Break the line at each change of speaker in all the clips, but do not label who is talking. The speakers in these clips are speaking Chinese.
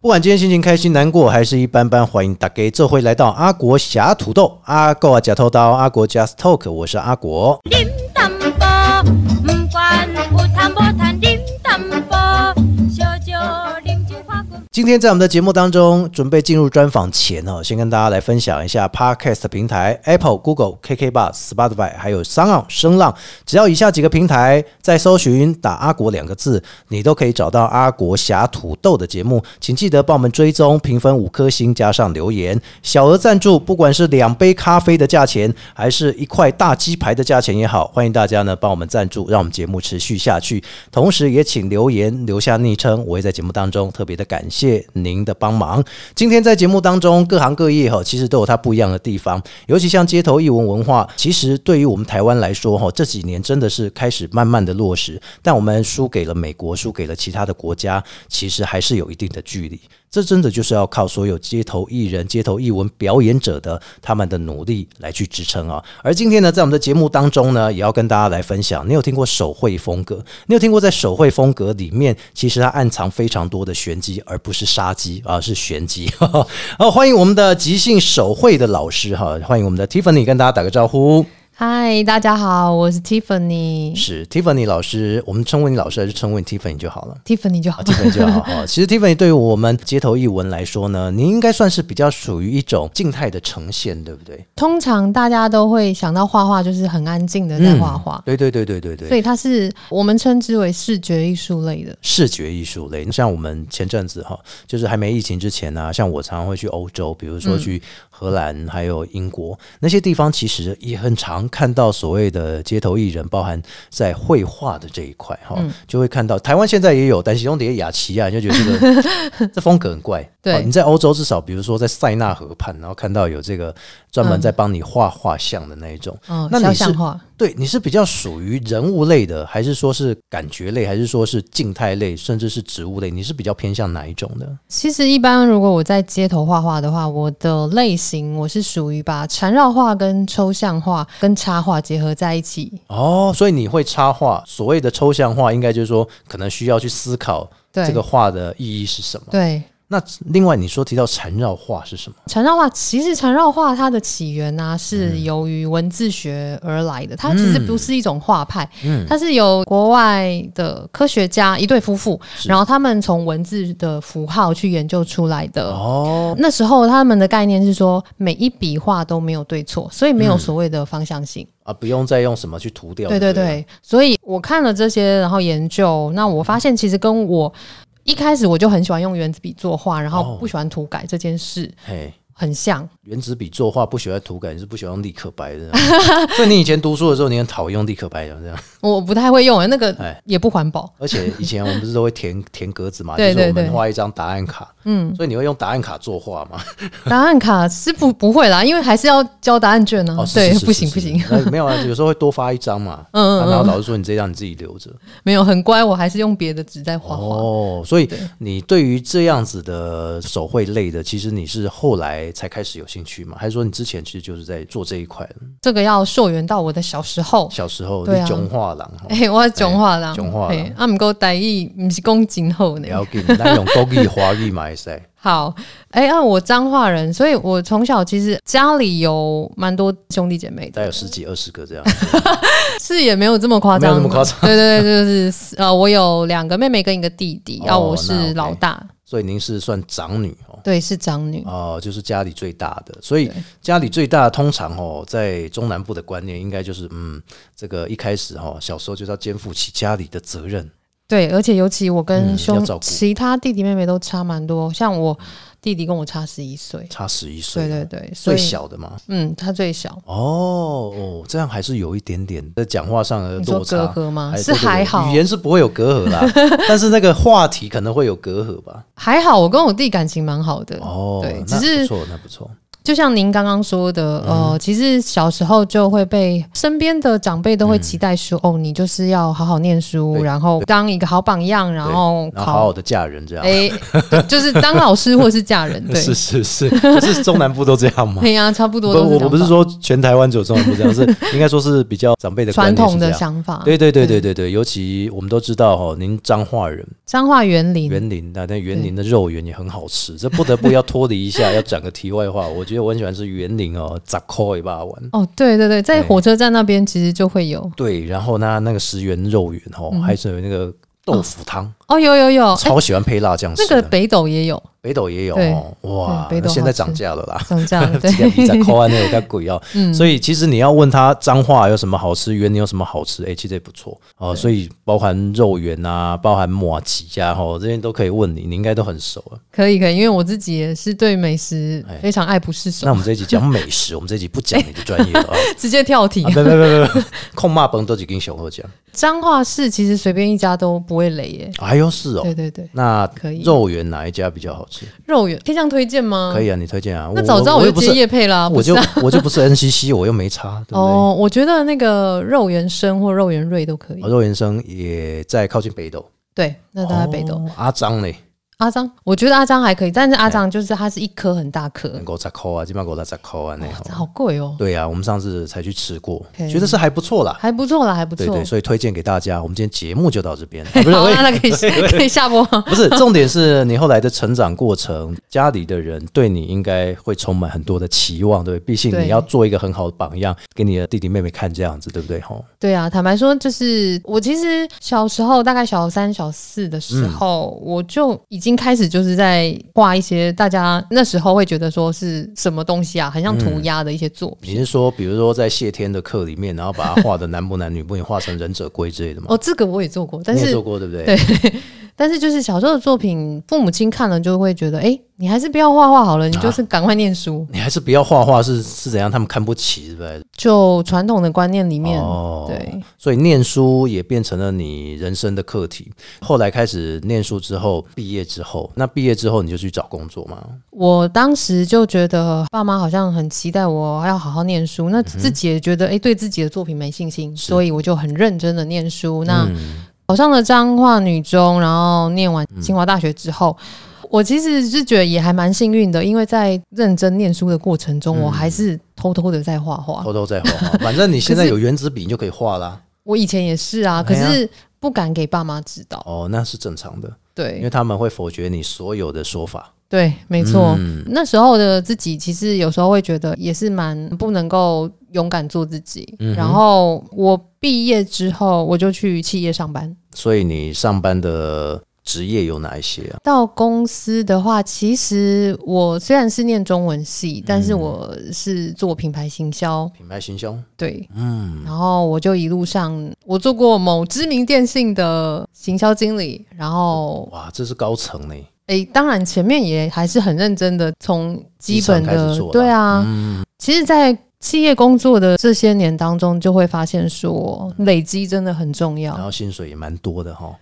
不管今天心情开心、难过还是一般般，欢迎大家这回来到阿国侠土豆、阿狗啊假偷刀、阿国 Just Talk，我是阿国。
điểm tâm bò Ừm, quan u tham bò than điểm tâm bò cho cho điểm chữ khoa của
今天在我们的节目当中，准备进入专访前哦，先跟大家来分享一下 Podcast 平台 Apple、Google、KK Bar、Spotify，还有商浪、声浪，只要以下几个平台在搜寻打“阿国”两个字，你都可以找到阿国侠土豆的节目。请记得帮我们追踪、评分五颗星，加上留言，小额赞助，不管是两杯咖啡的价钱，还是一块大鸡排的价钱也好，欢迎大家呢帮我们赞助，让我们节目持续下去。同时也请留言留下昵称，我会在节目当中特别的感谢您的帮忙。今天在节目当中，各行各业哈，其实都有它不一样的地方，尤其像街头艺文文化，其实对于我们台湾来说哦哈，这几年真的是开始慢慢的落实，但我们输给了美国，输给了其他的国家，其实还是有一定的距离。这真的就是要靠所有街头艺人、街头艺文表演者的他们的努力来去支撑啊。而今天呢，在我们的节目当中呢，也要跟大家来分享，你有听过手绘风格？你有听过在手绘风格里面，其实它暗藏非常多的玄机，而不是杀机啊，是玄机。 好，欢迎我们的即兴手绘的老师哈，欢迎我们的 Tiffany 跟大家打个招呼。
嗨，大家好，我是 Tiffany，Tiffany
是 Tiffany 老师，我们称呼你老师还是称呼你 Tiffany 就好了。啊，。
就好
Tiffany 就好哈。其实 Tiffany 对于我们街头艺文来说呢，你应该算是比较属于一种静态的呈现，对不对？
通常大家都会想到画画，就是很安静的在画画，
对对对对嗯对对
所。以它是我们称之为视觉艺术类的。
视觉艺术类，像我们前阵子哈，就是还没疫情之前呢、啊像我常常会去欧洲，比如说去荷兰还有英国、那些地方，其实也很常看到所谓的街头艺人，包含在绘画的这一块哈，就会看到台湾现在也有，但其中底下雅琪啊，你就觉得这个这风格很怪。
对
哦你在欧洲至少，比如说在塞纳河畔，然后看到有这个专门在帮你画画像的那一种，
嗯，
那你
肖
是
像画。
对，你是比较属于人物类的，还是说是感觉类，还是说是静态类，甚至是植物类？你是比较偏向哪一种的？
其实一般如果我在街头画画的话，我的类型我是属于把缠绕画跟抽象画跟插画结合在一起。
哦，所以你会插画，所谓的抽象画，应该就是说可能需要去思考
对，
这个画的意义是什么。
对。
那另外你说提到缠绕画是什么？
缠绕画其实缠绕画它的起源呢、
嗯
是由于文字学而来的，它其实不是一种画派，
嗯
它是由国外的科学家一对夫妇，
是
然后他们从文字的符号去研究出来的。
哦，
那时候他们的概念是说，每一笔画都没有对错，所以没有所谓的方向性。
啊，不用再用什么去涂掉。
对
对
对
嗯了，
对，所以我看了这些，然后研究，那我发现其实跟我一开始我就很喜欢用圆珠笔作画，然
哦
后不喜欢涂改这件事
嘿。
很像。
原子笔作画不喜欢涂改，你是不喜欢用立可白的。 所以你以前读书的时候，你很讨厌用立可白的这样。
我不太会用，那
哎
个也不环保。
而且以前我们不是都会填填格子嘛，就
对
是我
对
们
对
画一张答案卡，嗯，所以你会用答案卡作画嘛？
嗯答案卡是不不会啦，因为还是要交答案卷呢、
哦，是
对
是，是
不
是
行不
是
行，
那没有啊，有时候会多发一张嘛，
嗯嗯
啊然后老师说你这张你自己留着，
没有很乖，我还是用别的纸 在画画。
哦，所以你对于这样子的手绘类的，其实你是后来才开始有兴趣吗？还是说你之前其实就是在做这一块的？
这个要溯源到我的小时候。
小时候
对啊
你囧画廊哈，
哎、我讲话啦，
讲哦话啦
嘿啊，唔够台语，唔是讲真好呢
不。要给你那种高语华语嘛，塞，
好，哎、啊，我彰化人，所以我从小其实家里有蛮多兄弟姐妹
大概
的
有，十几二十个这样，
是也没有这么夸
没有
张，
那么夸张。
对对对，就是呃，我有两个妹妹跟一个弟弟，啊，
哦
我
那 OK
是老大，
所以您是算长女哦。
对，是长女。
哦，就是家里最大的，所以
对
家里最大通常哦，在中南部的观念应该就是，嗯，这个一开始哦，小时候就是要肩负起家里的责任，
对，而且尤其我
嗯
跟兄、
要照顾
其他弟弟妹妹都差蛮多，像我弟弟跟我差十一岁，
差十一岁，啊
对对对，所以
最，小的嘛，
嗯，他最小。
哦哦，这样还是有一点点在讲话上的
你
落
说隔
差。
阂吗？
哎
是
对对对
还好
语，言是不会有隔 阂啦，但是那个话题可能会有隔阂吧。
还好，我跟我弟感情蛮好的，
哦
对，只
那不
是
错，那不错。
就像您刚刚说的，呃，
嗯
其实小时候就会被身边的长辈都会期待说，哦，你就是要好好念书，
嗯对
然后当一个好榜样，然
对
后
然后好
考
好的嫁人这 样。
哎、对 就是当老师或是嫁人，对，
是是是，可是中南部都这样吗？
对呀，差
不，
不多都是
我
这
我
样
不是
吧
说全台湾只有中南部这 样，是应该说是比较长辈的观
传
念
统
是
的
这样。
想法，
对对对对对对，尤其我们都知道哈，您彰化人，
彰化园林
园林那但园林的肉圆也很好吃，这不得不要脱离一 下，要讲个题外话。我觉得我很喜欢吃园林哦，杂扣一把丸。
哦，对对对，在
对
火车站那边其实就会有
对，然后那那个十元肉圆哦，还是有那个豆腐汤，
嗯哦，有有有，哎
超喜欢配辣酱吃
那
的。
个北斗也有
北斗也有哦，哇，
对北斗
那现在
好吃
涨价了啦。
像 这样，对，
比在扣安那有点贵哦，所以其实你要问他彰化有什么好吃，园林有什么好吃，哎、其实也不错哦、所以包含肉圆啊，包含马吉啊，吼，这些都可以问你，你应该都很熟了。
可以可以，因为我自己也是对美食非常爱不释手
那我，们这一集讲美食，我们这一集不讲你的专业了啊。
直接跳题
啊，。不不不不，控骂崩都只跟小贺讲。
彰化市其实随便一家都不会雷耶，
哎呦，是哦。
对对对，
那
可以
肉圆哪一家比较好吃？
肉圆可以这样推荐吗？
可
以。
以啊，你推荐啊。
那早知道
我
我
又
就
不
接
是，
叶配啦，
我
不是
就
啊
我就不是 NCC，我又没差，对不对？
哦，我觉得那个肉圆生或肉圆瑞都可以
哦。肉圆生也在靠近北斗，
对，那大家北斗
哦阿张嘞，
阿张，我觉得阿张还可以，但是阿
哎
张就是它是一颗很大颗，
能够十扣啊，基本上够十扣啊那
哇
样。
这好贵哦，
对啊，我们上次才去吃过，
OK
觉得是还不错啦。
还不错啦，还不
对
错。
对，所以推荐给大家。我们今天节目就到这 边，啊不是
好，
喂
那那可以可以下播吗？
不是，重点是你后来的成长过程，家里的人对你应该会充满很多的期望，对不对？毕竟
对
你要做一个很好的榜样，给你的弟弟妹妹看，这样子，对不对？吼，
对啊，坦白说，就是我其实小时候，大概小三、小四的时候，我就已经开始就是在画一些大家那时候会觉得说是什么东西啊，很像涂鸦的一些作
你
品。
是说，比如说在谢天的课里面，然后把他画的男不男女不女，画成忍者龟之类的吗？
哦，这个我也做过，但
你也
是
做过，对不对？
对但是就是小时候的作品，父母亲看了就会觉得，哎，你还是不要画画好了，你就是赶快念书。
你还是不要画画，是是怎样？他们看不起，是不是？
就传统的观念里面，
哦
对，
所以念书也变成了你人生的课题。后来开始念书之后，毕业之后，那毕业之后你就去找工作嘛？
我当时就觉得爸妈好像很期待我要好好念书，
嗯
那自己也觉得哎、诶对自己的作品没信心，所以我就很认真的念书。那考上了彰化女中，然后念完清华大学之后。
嗯
我其实是觉得也还蛮幸运的，因为在认真念书的过程中，
嗯
我还是偷偷的在画画。
偷偷在画 画，反正你现在有原子笔，你就可以画啦。
我以前也是啊，可
哎呀
是不敢给爸妈知道。
哦，那是正常的，因为
对
他们会否决你所有的说法。
对，没
嗯
错。那时候的自己，其实有时候会觉得也是蛮不能够勇敢做自己。
嗯
然后我毕业之后，我就去企业上班。
所以你上班的职业有哪一些啊？
到公司的话，其实我虽然是念中文系，但是我
嗯
是做品牌行销，
品牌行销，
对。
嗯，
然后我就一路上，我做过某知名电信的行销经理，然后
哇，这是高层呢、
诶，当然前面也还是很认真的，从基本
基层开始
的
做啦
对啊，
嗯，
其实，在企业工作的这些年当中，就会发现说，累积真的很重
嗯然
要，
后薪水也蛮多的哈，后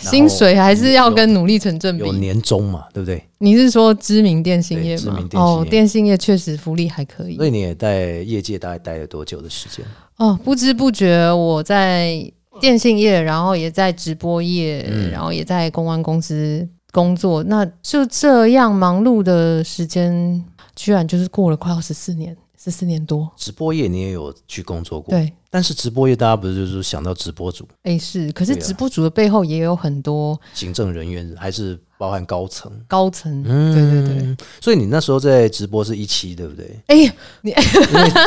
薪水还是要跟努力成正
有
比。
年终嘛，对不对？
你是说知名电信业
对知
吗
名？电信业
哦，电信业确实福利还可以
所以你也在业界大概待了多久的时间？
哦。不知不觉我在电信业，然后也在直播业，
嗯
然后也在公关公司工作，那就这样忙碌的时间，居然就是过了快要十四年，十四年多。
直播业你也有去工作过，
对，
但是直播业大家不是就是想到直播主、
哎、是，可是
对啊
直播主的背后也有很多
行政人员，还是包含高层？
高层，对对对。
嗯，所以你那时候在直播是一期，对不 对？
哎、
因为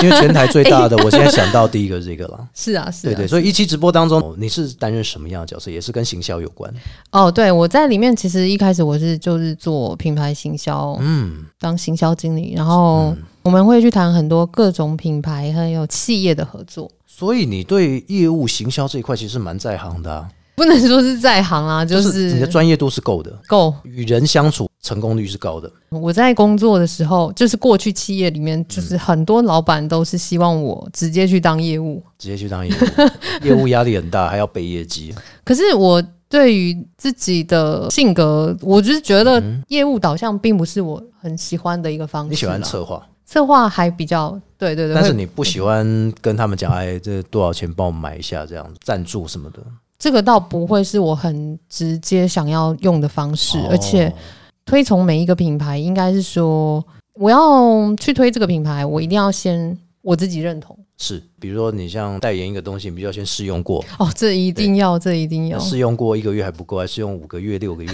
因为全台最 大的，我现在想到第一个是这个了。
是啊，是啊，
对对，所以一期直播当中，哦你是担任什么样的角色？也是跟行销有关。
哦，对，我在里面其实一开始我是就是做品牌行销，
嗯，
当行销经理，然后我们会去谈很多各种品牌还有企业的合作，
所以你对业务行销这一块其实蛮在行的、啊，
不能说是在行啊，就
你的
是
专业度是够的，
够。
与人相处成功率是高的。
我在工作的时候，就是过去企业里面，
嗯
就是很多老板都是希望我直接去当业务，
直接去当业务， 业务压力很大，还要背业绩。
可是我。对于自己的性格，我就是觉得业务导向并不是我很喜欢的一个方式
嗯
啦。
你喜欢策划？
策划还比较对对对，
但是
会
你不喜欢跟他们讲，哎，这多少钱帮我买一下，这样赞助什么的，
这个倒不会是我很直接想要用的方式，而且
哦
推崇每一个品牌，应该是说我要去推这个品牌，我一定要先我自己认同
是，比如说你像代言一个东西，你必须要先试用过，
哦，这一定要，这一定要，
试用过一个月还不够，还试用五个月、六 个月，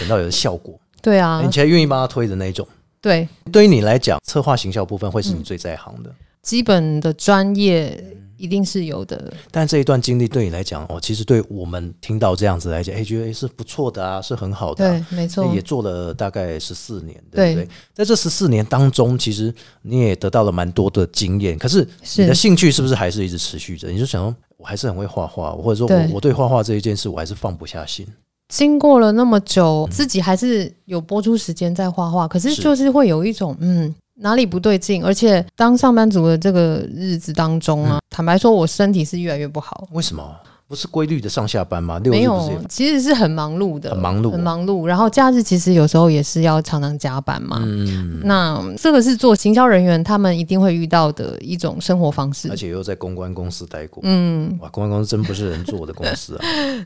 等到有效果，
对啊
你，才愿意帮他推的那一种。
对，
对于你来讲，策划行销部分会
嗯
是你最在行的，
基本的专业一定是有的，
但这一段经历对你来讲，哦，其实对我们听到这样子来讲，哎，觉得哎是不错的啊，是很好的啊、
对，没错
也，做了大概十四年，对
对
不对？在这十四年当中，其实你也得到了蛮多的经验。可是
是
你的兴趣是不是还是一直持续着？你就想说，我还是很会画画，或者说
对
我我对画画这一件事，我还是放不下心。
经过了那么久，自己还是有播出时间在画画，可是
嗯是
就是会有一种嗯。哪里不对劲？而且当上班族的这个日子当中
嗯
啊，坦白说，我身体是越来越不好。
为什么？不是规律的上下班吗？六
没
日不是也
有，其实是很忙碌的，
很忙碌哦
很忙碌。然后假日其实有时候也是要常常加班嘛。
嗯，
那这个是做行销人员他们一定会遇到的一种生活方式
而。且又在公关公司待过。
嗯，
哇，公关公司真不是人做的公司 啊！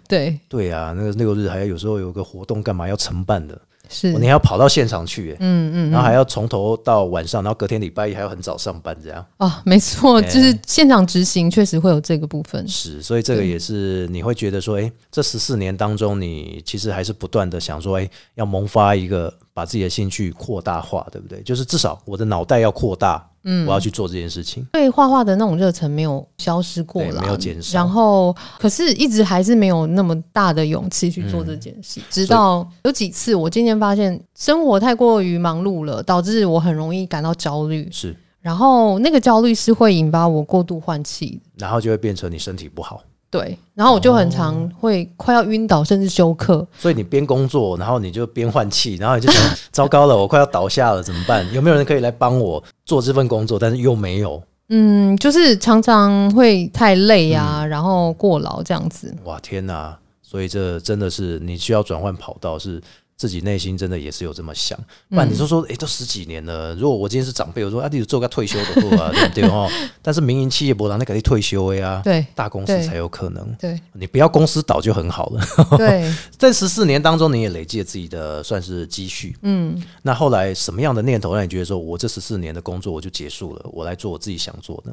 对，
对啊，那个六日还有时候有个活动，干嘛要承办的？
是
你，还要跑到现场去、欸，
嗯嗯
然后还要从头到晚上，然后隔天礼拜一还要很早上班，这样。
啊，没错，
哎
就是现场执行确实会有这个部分。
是，所以这个
对
也是你会觉得说，哎、这十四年当中，你其实还是不断的想说，哎、要萌发一个把自己的兴趣扩大化，对不对？就是至少我的脑袋要扩大，嗯，我要去做这件事情。
对画画的那种热忱没有消失过
对
啦，
没有减少
然后，可是一直还是没有那么大的勇气去做这件
嗯
事。直到有几次，我渐渐发现生活太过于忙碌了，导致我很容易感到焦虑。
是，
然后那个焦虑是会引发我过度换气的，
然后就会变成你身体不好，
对。然后我就很常会快要晕倒，甚至休克。
所以你边工作，然后你就边换气，然后你就想，糟糕了，我快要倒下了，怎么办？有没有人可以来帮我做这份工作？但是又没有，
嗯，就是常常会太累啊，
嗯
然后过劳这样子。
哇，天哪！所以这真的是你需要转换跑道，是自己内心真的也是有这么想。不
嗯
然你就说，诶，都十几年了，如果我今天是长辈，我说啊，你做个退休的 货啊，对不对哦？但是民营企业不然那肯定退休的啊，
对
大公司
对
才有可能。
对
你不要公司倒就很好了。
对，
在十四年当中，你也累积了自己的算是积蓄。
嗯，
那后来什么样的念头让你觉得说，我这十四年的工作我就结束了，我来做我自己想做的？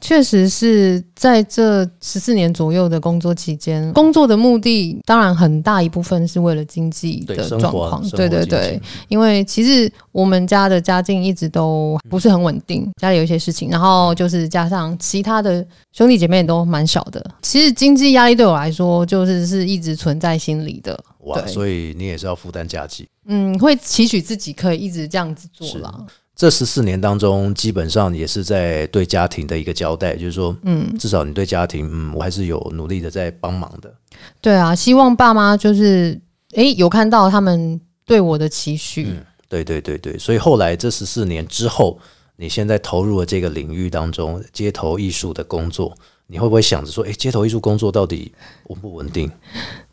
确实是在这十四年左右的工作期间，工作的目的当然很大一部分是为了经济
对
的
生
状
活
况，
生活
对对
经济
对，因为其实我们家的家境一直都不是很稳定，家里有一些事情，然后就是加上其他的兄弟姐妹都蛮少的，其实经济压力对我来说就是是一直存在心里的，
哇，
对
所以你也是要负担家计。
嗯，会期许自己可以一直这样子做
是
啦，
这十四年当中，基本上也是在对家庭的一个交代，就是说，嗯，至少你对家庭，嗯，我还是有努力的在帮忙的。
对啊，希望爸妈就是诶有看到他们对我的期许。
对对对对，所以后来这十四年之后，你现在投入了这个领域当中，街头艺术的工作，你会不会想着说，诶，哎街头艺术工作到底稳不稳定？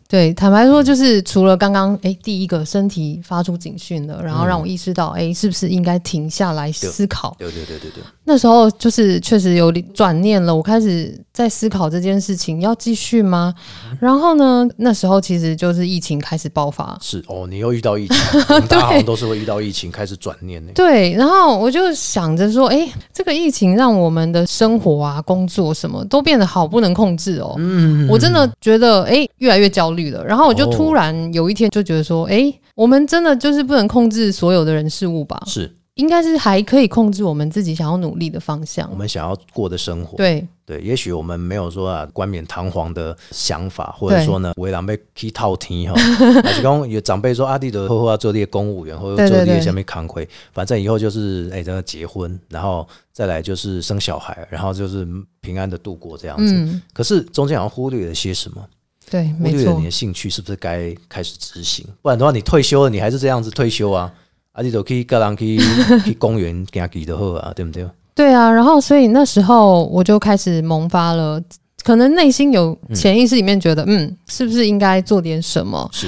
对，坦白说，就是除了刚刚诶第一个身体发出警讯了，然后让我意识到诶是不是应该停下来思考。
对对对对对，
那时候就是确实有转念了，我开始在思考这件事情要继续吗？然后呢，那时候其实就是疫情开始爆发，
是哦，你又遇到疫情，我们大家好像都是会遇到疫情，开始转念呢。
对，然后我就想着说，诶，这个疫情让我们的生活啊、工作什么都变得好不能控制哦。嗯，我真的觉得，诶，越来越焦虑了。然后我就
哦
突然有一天就觉得说，诶，我们真的就是不能控制所有的人事物吧？
是
应该是还可以控制我们自己想要努力的方向
我。们想要过的生活，
对，
对，也许我们没有说啊冠冕堂皇的想法，或者
对
说呢，为人被踢套天哈， 还是讲有长辈说啊，你的后后要做你的公务员，或者
对
做
对
你的
对
下面扛亏，反正以后就是哎，真、的结婚，然后再来就是生小孩，然后就是平安的度过这样子。
嗯，
可是中间好像忽略了些什么，
对，
忽
没
略了
错
你，的兴趣是不是该开始执行？不然的话，你退休了，你还是这样子退休啊，啊，你就去个人 去去公园行行就好啊，对不对？
对啊。然后，所以那时候我就开始萌发了。可能内心有潜意识里面觉得，嗯，是不是应该做点什么？
是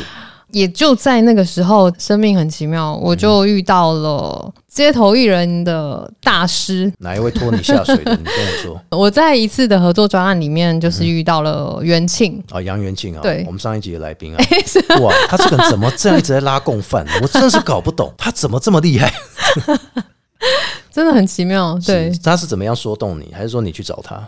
也就在那个时候，生命很奇妙，我就遇到了街头艺人的大师。
哪一位拖你下水的？你跟我说
我在一次的合作专案里面，
嗯
就是遇到了袁庆，
啊，杨元庆啊，
对
我们上一集的来 宾啊，哇，他这个人怎么这样一直在拉共犯呢？我真的是搞不懂，他怎么这么厉害？
真的很奇妙。对
是，他是怎么样说动你，还是说你去找他？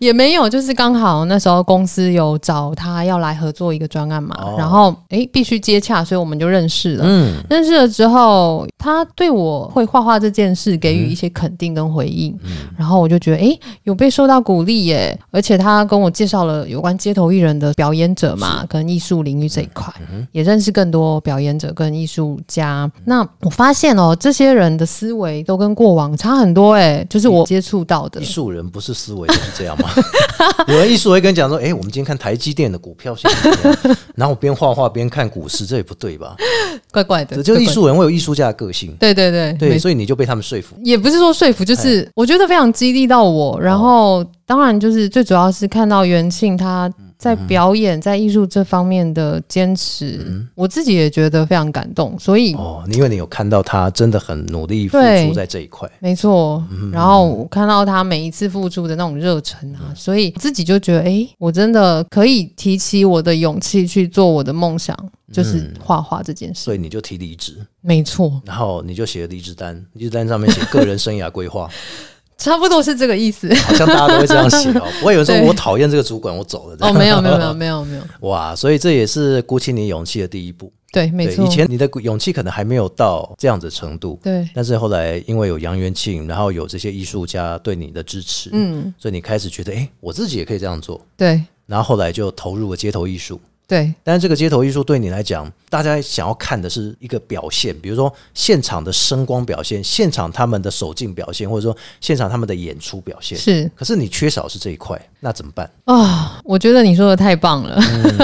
也没有，就是刚好那时候公司有找他要来合作一个专案嘛，
哦
然后诶、必须接洽，所以我们就认识了。
嗯，
认识了之后，他对我会画画这件事给
嗯
予一些肯定跟回应，然后我就觉得，诶，有被受到鼓励耶。而且他跟我介绍了有关街头艺人的表演者嘛，跟艺术领域这一块，
嗯
也认识更多表演者跟艺术家。那我发现哦，这些人的思维都跟过往差很多，诶，就是我接触到的
艺。术人不是思维就是这样吗？ 有人艺术会跟你讲说，哎、我们今天看台积电的股票现在怎么样？然后我边画画边看股市，这也不对吧？
怪怪的，
就是
怪
艺
怪的
术人会有艺术家的个性，
对对对，
对，
没
所以你就被他们说服。
也不是说说服，就是我觉得非常激励到我。然
哦
后，当然就是最主要是看到元庆他在表
嗯
演、在艺术这方面的坚持，我自己也觉得非常感动。所以，
哦，因为你有看到他真的很努力付
对
出在这一块，
没错。
嗯
然后我看到他每一次付出的那种热忱啊，
嗯
所以自己就觉得，诶，我真的可以提起我的勇气去做我的梦想，就是画画这件事。
嗯所以你就提离职，
没错，
然后你就写离职单，离职单上面写个人生涯规划，
差不多是这个意 思。
好像大家都会这样写 哦，不会有人说
对
我讨厌这个主管，我走了这
哦，
样。
没有没有没有没有没有，
哇，所以这也是鼓起你勇气的第一步。
对，没
对，
错。
以前你的勇气可能还没有到这样子程度，
对，
但是后来因为有杨元庆，然后有这些艺术家对你的支持，
嗯，
所以你开始觉得，哎、我自己也可以这样做。
对
然后后来就投入了街头艺术，
对。
但是这个街头艺术对你来讲，大家想要看的是一个表现，比如说现场的声光表现、现场他们的手镜表现，或者说现场他们的演出表现。
是
可是你缺少是这一块，那怎么办？
啊、我觉得你说的太棒了，
嗯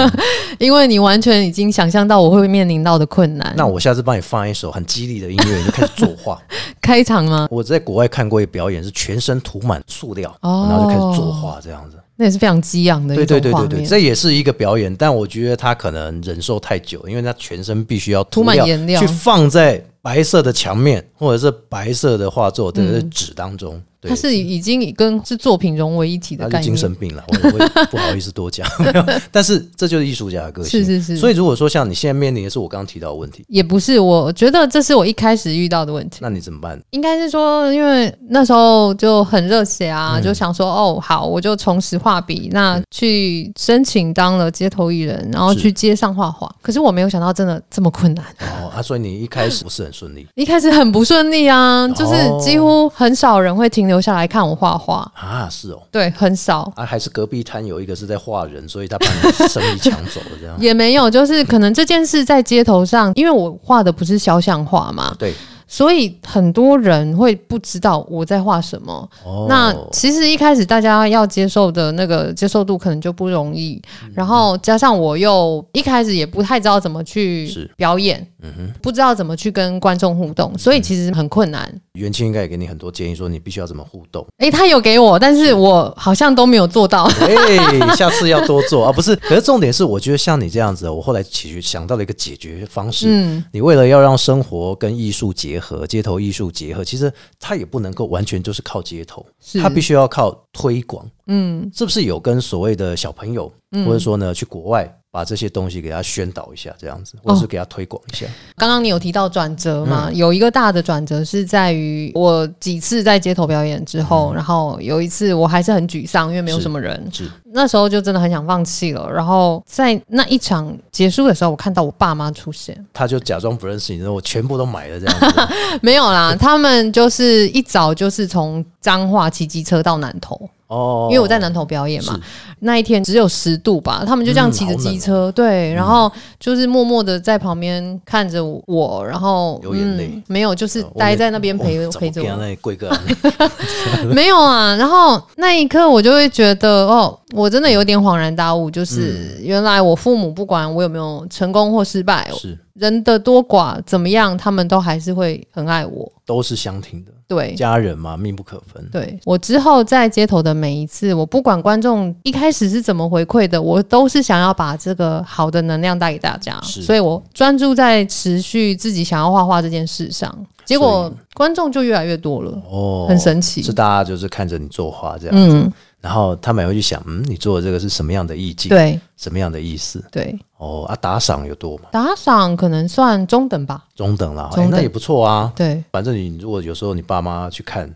因为你完全已经想象到我会面临到的困难。
那我下次帮你放一首很激励的音乐，你就开始作 画。
开场吗？
我在国外看过一个表演，是全身涂满塑料，
哦
然后就开始作画这样子。
那也是非常激昂的一
对对对
种画
对
面。
对，这也是一个表演，但我觉得他可能忍受太久，因为他全身必须要
涂满颜料
去放在白色的墙面或者是白色的画作的纸当中。对
嗯它，是已经跟是作品融为一体的
他
概
是精
念。
神病了，我我也不好意思多 讲。没有但是这就是艺术家的个性。
是是是
所以如果说像你现在面临的是我刚刚提到的问题，
也不是，我觉得这是我一开始遇到的问题，
那你怎么办？
应该是说，因为那时候就很热血啊，
嗯
就想说，哦，好，我就重拾画笔，那去申请当了街头艺人，然后
是
去街上画画。可是我没有想到，真的这么困难。
哦，啊，所以你一开始不是很顺利
一开始很不顺利
哦
啊，就是几乎很少人会停留下来看我画画，
啊，是哦。
对，很少。
啊，还是隔壁摊有一个是在画人，所以他把你生意抢走了，这 样
也没有，就是可能这件事在街头上，因为我画的不是肖像画嘛，
对。
所以很多人会不知道我在画什么。
哦，
那其实一开始大家要接受的那个接受度可能就不容易，
嗯
然后加上我又一开始也不太知道怎么去
是嗯
表演，不知道怎么去跟观众互动，所以其实很困难。
元庆应该也给你很多建议，说你必须要怎么互动。
诶，他有给我，但是我好像都没有做到。
哎、下次要多做啊！不是，可是重点是，我觉得像你这样子，哦我后来其实想到了一个解决方式。
嗯，
你为了要让生活跟艺术结合，街头艺术结合，其实它也不能够完全就是靠街头，
是
它必须要靠推广。
嗯，
是不是有跟所谓的小朋友，或者说呢，去国外把这些东西给他宣导一下，这样子，
哦
或者是给他推广一下？
刚刚你有提到转折嘛？有一个大的转折是在于我几次在街头表演之后，然后有一次我还是很沮丧，因为没有
是
什么人，
是
那时候就真的很想放弃了。然后在那一场结束的时候，我看到我爸妈出现，
他就假装不认识你，然后我全部都买了这样 子。
没有啦，他们就是一早就是从彰化骑机车到南投，
哦，
因为我在南投表演嘛，那一天只有十度吧，他们就这样
嗯
骑
哦
着机车，对，然后就是默默的在旁边看着我，然后
流眼泪
嗯，没有，就是
呃我
待
也
在那边陪
我哦怎么
陪着
跟
我，
那贵哥啊，
没有啊。然后那一刻我就会觉得，哦，我真的有点恍然大悟，就是原来我父母不管我有没有成功或失败，
嗯是
人的多寡怎么样，他们都还是会很爱我，
都是相挺的，
对。
家人嘛，密不可分。
对我之后在街头的每一次，我不管观众一开始是怎么回馈的，我都是想要把这个好的能量带给大家，
是
所以我专注在持续自己想要画画这件事上。结果观众就越来越多了，
哦，
很神奇
是大家就是看着你作画这样，
嗯，
然后他们也会去想，嗯，你做的这个是什么样的意境，，
对
什么样的意思？
对，
哦，啊，打赏有多吗？
打赏可能算中等吧，
中等啦，
中
哎
等
那也不错啊。
对，
反正你如果有时候你爸妈去 看，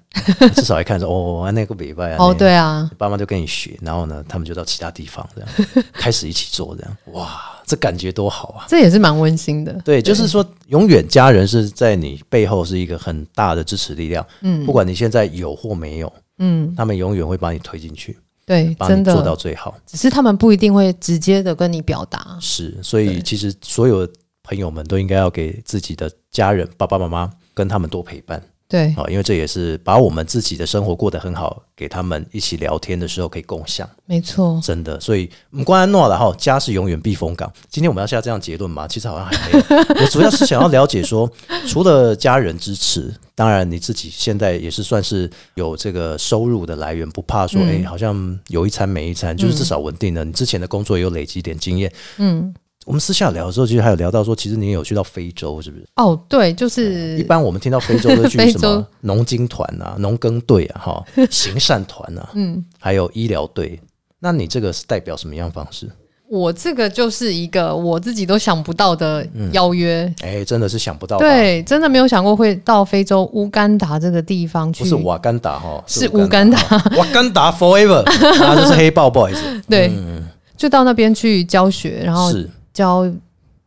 至少一看说哦，那个北拜啊，
哦，
那
对啊，
爸妈就跟你学，然后呢，他们就到其他地方这样 开始一起做这样，哇，这感觉多好啊！
这也是蛮温馨的，
对，就是说，永远家人是在你背后是一个很大的支持力量，
嗯
不管你现在有或没有，
嗯，
他们永远会把你推进去，
对，
把你
真
做到
的，
最好。
只是他们不一定会直接的跟你表达，
是，所以
对
其实所有朋友们都应该要给自己的家人、爸爸妈妈跟他们多陪伴
对，
啊、因为这也是把我们自己的生活过得很好，给他们一起聊天的时候可以共享。
没错，
真的，所以我们关安诺了哈，家是永远避风港。今天我们要下这样结论吗？其实好像还没有。我主要是想要了解说，除了家人支持，当然你自己现在也是算是有这个收入的来源，不怕说哎、
嗯
诶好像有一餐没一餐，就是至少稳定了。你之前的工作也有累积一点经验。
嗯，
我们私下聊的时候，其实还有聊到说，其实你也有去到非洲，是不是？
哦，对，就
一
是
般我们听到非洲 都去
非
什
洲
么农经团啊、农耕队啊、 哈行善团啊，
嗯。
还有医疗队。那你这个是代表什么样的方式？
我这个就是一个我自己都想不到的邀约，
哎、真的是想不到吧，
对，真的没有想过会到非洲乌干达这个地方去。
不是瓦干达哈，
是乌干达
哈，瓦干达 forever，啊，就是黑豹 boys，
对，就到那边去教学，然
嗯
后
是。
教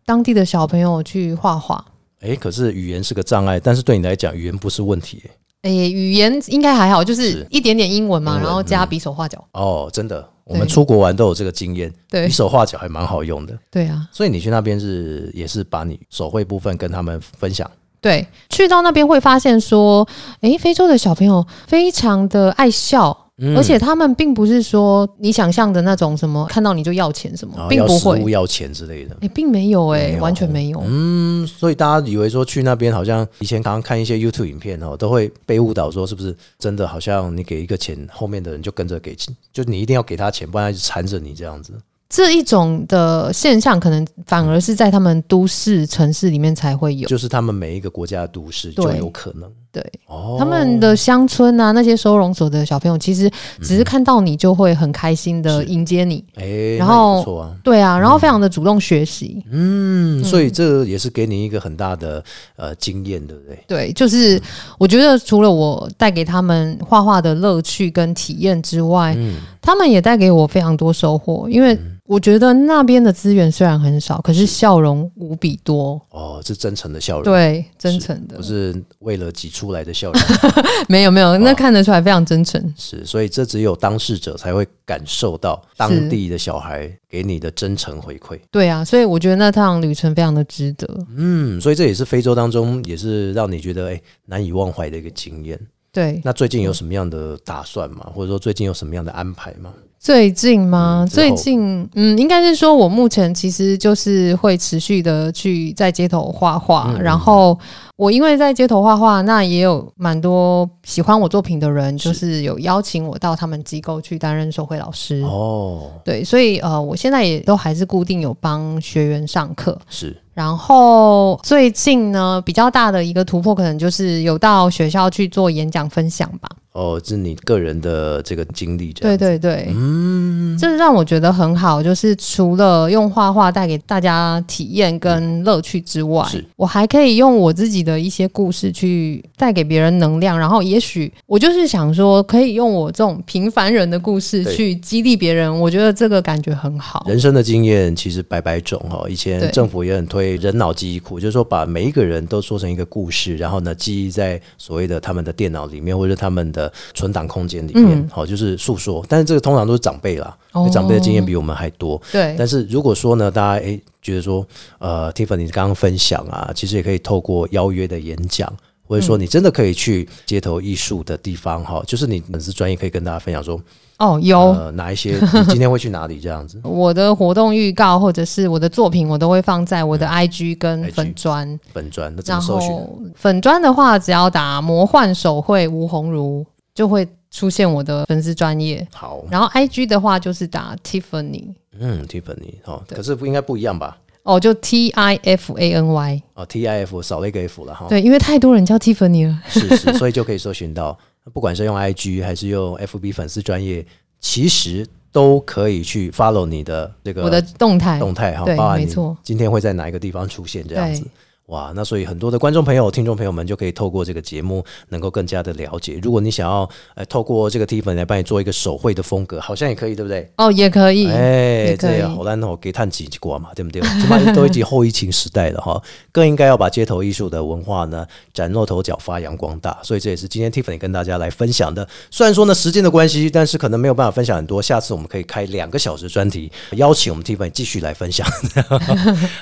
当地的小朋友去画画。
哎、可是语言是个障碍，但是对你来讲，语言不是问题、
诶、哎语言应该还好，就是是一点点英文嘛，
英文
然后加比手画脚。
哦，真的，我们
对
出国玩都有这个经验，
对
你手画脚还蛮好用的。
对啊，
所以你去那边是也是把你手绘部分跟他们分享，
对，去到那边会发现说，诶、非洲的小朋友非常的爱笑。
嗯
而且他们并不是说你想象的那种什么看到你就要钱什
然
么，
后
并
哦要
不
食
会
物。要钱之类的。
哎、并没有哎、
没有
完全没有。
嗯，所以大家以为说去那边好像以前常常看一些 YouTube 影片哦，都会被误导说是不是真的？好像你给一个钱，后面的人就跟着给钱，就你一定要给他钱，不然他就缠着你这样子。
这一种的现象，可能反而是在他们都市城市里面才会有。
就是他们每一个国家的都市
对
就有可能
对，
哦，
他们的乡村啊，那些收容所的小朋友，其实只是看到你就会很开心的
嗯是
迎接你。
哎、
然
那也
后
不错啊。
对啊，然后非常的主动学习。
嗯，所以这也是给你一个很大的呃经验，对不对？
对，就是我觉得除了我带给他们画画的乐趣跟体验之外，
嗯
他们也带给我非常多收获。因为我觉得那边的资源虽然很少，可是笑容无比多。
哦，是真诚的笑容，，
对，真诚的
不。是为了挤出来的笑容，
没有没有，
哦
那看得出来非常真诚。
是，所以这只有当事者才会感受到当
是
地的小孩给你的真诚回馈。
对啊，所以我觉得那趟旅程非常的值得。
嗯，所以这也是非洲当中也是让你觉得哎、难以忘怀的一个经验。
对，
那最近有什么样的打算吗？或者说最近有什么样的安排吗？
最近吗？
嗯之后
最近，嗯，应该是说我目前其实就是会持续的去在街头画画，
嗯
然后我因为在街头画画，那也有蛮多喜欢我作品的人，就是有邀请我到他们机构去担任手绘老师。
哦，
对，所以呃，我现在也都还是固定有帮学员上课，
是
然后最近呢，比较大的一个突破，可能就是有到学校去做演讲分享吧。
哦，这是你个人的这个经历，这
对
样
对对，
嗯，
这让我觉得很好。就是除了用画画带给大家体验跟乐趣之外
是，
我还可以用我自己的一些故事去带给别人能量。然后，也许我就是想说，可以用我这种平凡人的故事
对
去激励别人。我觉得这个感觉很好。
人生的经验其实百百种哈。以前
对
政府也很推人脑记忆库，就是说把每一个人都说成一个故事，然后呢记忆在所谓的他们的电脑里面或者他们的存档空间里面
嗯，
好、就是诉说。但是这个通常都是长辈啦，因为
哦
长辈的经验比我们还多。
对
但是如果说呢，大家诶觉得说，呃，Tiffany 刚刚分享啊，其实也可以透过邀约的演讲，或者
嗯
说你真的可以去街头艺术的地方哈、就是你粉丝专业可以跟大家分享说，
哦，有。。
呃，哪一些你今天会去哪里这样子
我的活动预告或者是我的作品，我都会放在我的 IG 跟
IG
粉砖。
本专嗯那怎么
然
搜寻？
后粉砖的话，只要打“魔幻手绘吴鸿儒”，就会出现我的粉丝专业。
好，
然后 IG 的话就是打 Tiffany。
嗯，Tiffany 哦，
对
可是不应该不一样吧？
哦，就 T I F A N Y，
哦，T I F 少了一个 F 了哈。，
对，因为太多人叫 Tiffany 了，
是是，所以就可以搜寻到，不管是用 I G 还是用 F B 粉丝专业，其实都可以去 follow 你的这个
我的动态，
啊动态哈，
哎对
包含
没
你
错
今天会在哪一个地方出现这样子
对。
哇，那所以很多的观众朋友、听众朋友们就可以透过这个节目，能够更加的了解。如果你想要呃透过这个 T 粉来帮你做一个手绘的风格，好像也可以，对不对？
哦，也可以，
哎，
也可
这
以
样好难哦，给探几瓜嘛，对不对？起码都已经后疫情时代了哈，更应该要把街头艺术的文化呢崭露头角，发扬光大。所以这也是今天 Tiffany 跟大家来分享的。虽然说呢时间的关系，但是可能没有办法分享很多，下次我们可以开两个小时专题，邀请我们 Tiffany 继续来分享。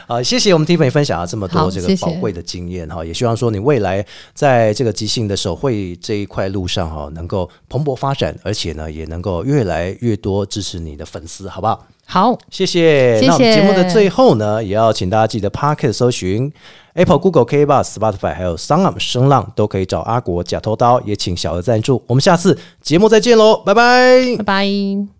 啊，谢谢我们 Tiffany 分享啊了这么多
好
这
谢
个
谢
宝贵的经验哈，也希望说你未来在这个即兴的手绘这一块路上哈，能够蓬勃发展，而且呢也能够越来越多支持你的粉丝，好不好？
好，
谢谢。
谢谢
那我们节目的最后呢，也要请大家记得 Pocket 搜寻 Apple、Google、K b o x Spotify 还有 Sound 声浪都可以找阿国假头刀，也请小额赞助。我们下次节目再见喽，拜拜
拜拜。